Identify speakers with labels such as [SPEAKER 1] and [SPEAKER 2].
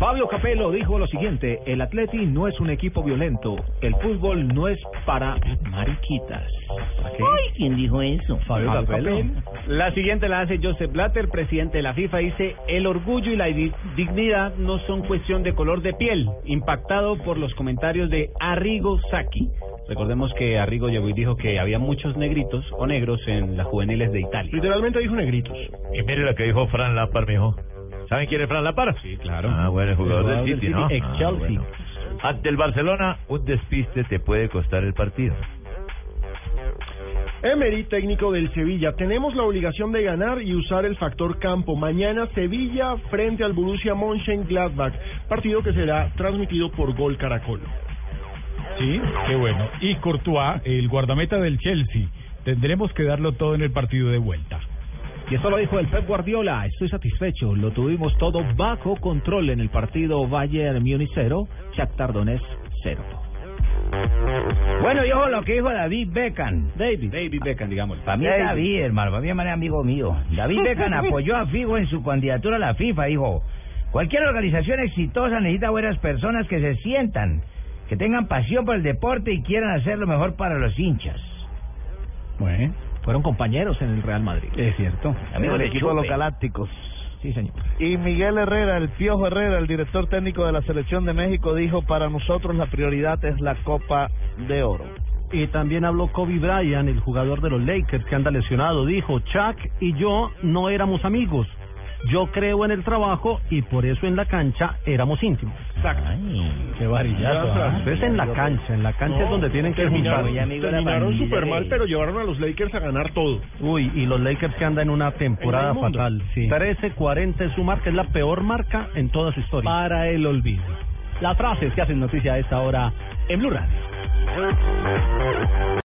[SPEAKER 1] Fabio Capello dijo lo siguiente, el Atleti no es un equipo violento, el fútbol no es para mariquitas. ¿Qué?
[SPEAKER 2] Ay, ¿quién dijo eso?
[SPEAKER 1] Fabio Capello.
[SPEAKER 3] La siguiente la hace Joseph Blatter, presidente de la FIFA, dice, el orgullo y la di- dignidad no son cuestión de color de piel, impactado por los comentarios de Arrigo Sacchi. Recordemos que Arrigo llegó y dijo que había muchos negritos o negros en las juveniles de Italia.
[SPEAKER 1] Literalmente dijo negritos.
[SPEAKER 4] Y mire lo que dijo Fran Lampard, mijo. ¿Saben quién es Fran Lampard? Sí, claro. Ah, bueno, el jugador,
[SPEAKER 1] El jugador
[SPEAKER 4] del
[SPEAKER 1] del
[SPEAKER 4] City,
[SPEAKER 1] City,
[SPEAKER 4] ¿no?
[SPEAKER 1] ex
[SPEAKER 4] Ah,
[SPEAKER 1] Chelsea.
[SPEAKER 4] bueno. Ante el Barcelona, un despiste te puede costar el partido.
[SPEAKER 5] Emery, técnico del Sevilla, tenemos la obligación de ganar y usar el factor campo. Mañana Sevilla frente al Borussia Mönchengladbach, partido que será transmitido por Gol Caracol.
[SPEAKER 6] Sí, qué bueno. Y Courtois, el guardameta del Chelsea. Tendremos que darlo todo en el partido de vuelta.
[SPEAKER 1] Y esto lo dijo el Pep Guardiola, estoy satisfecho, lo tuvimos todo bajo control en el partido Bayern Múnich 0, Shakhtar Donetsk 0.
[SPEAKER 2] Bueno, yo lo que dijo David Beckham.
[SPEAKER 1] David. David Beckham, digámoslo.
[SPEAKER 2] Para mí es David, hermano, para mí es amigo mío. David Beckham apoyó a Figo en su candidatura a la FIFA, dijo, cualquier organización exitosa necesita buenas personas que se sientan, que tengan pasión por el deporte y quieran hacer lo mejor para los hinchas.
[SPEAKER 1] Bueno, fueron compañeros en el Real Madrid.
[SPEAKER 3] Es cierto.
[SPEAKER 2] Amigo de Chupe.
[SPEAKER 7] Galácticos.
[SPEAKER 1] Sí, señor.
[SPEAKER 7] Y Miguel Herrera, el Piojo Herrera, el director técnico de la Selección de México, dijo, para nosotros la prioridad es la Copa de Oro.
[SPEAKER 3] Y también habló Kobe Bryant, el jugador de los Lakers que anda lesionado. Dijo, Chuck y yo no éramos amigos. Yo creo en el trabajo y por eso en la cancha éramos íntimos.
[SPEAKER 1] Qué varillazo. ¿ah?
[SPEAKER 3] Entonces en la cancha, en la cancha es donde tienen que
[SPEAKER 5] terminaron,
[SPEAKER 3] juntar.
[SPEAKER 5] terminaron super mal, pero llevaron a los Lakers a ganar todo.
[SPEAKER 3] Uy, y los Lakers que andan en una temporada
[SPEAKER 5] En el mundo.
[SPEAKER 3] fatal. Sí. 13-40 es su marca, es la peor marca en toda su historia.
[SPEAKER 1] Para el olvido. Las frases que hacen noticia a esta hora en Blue Radio.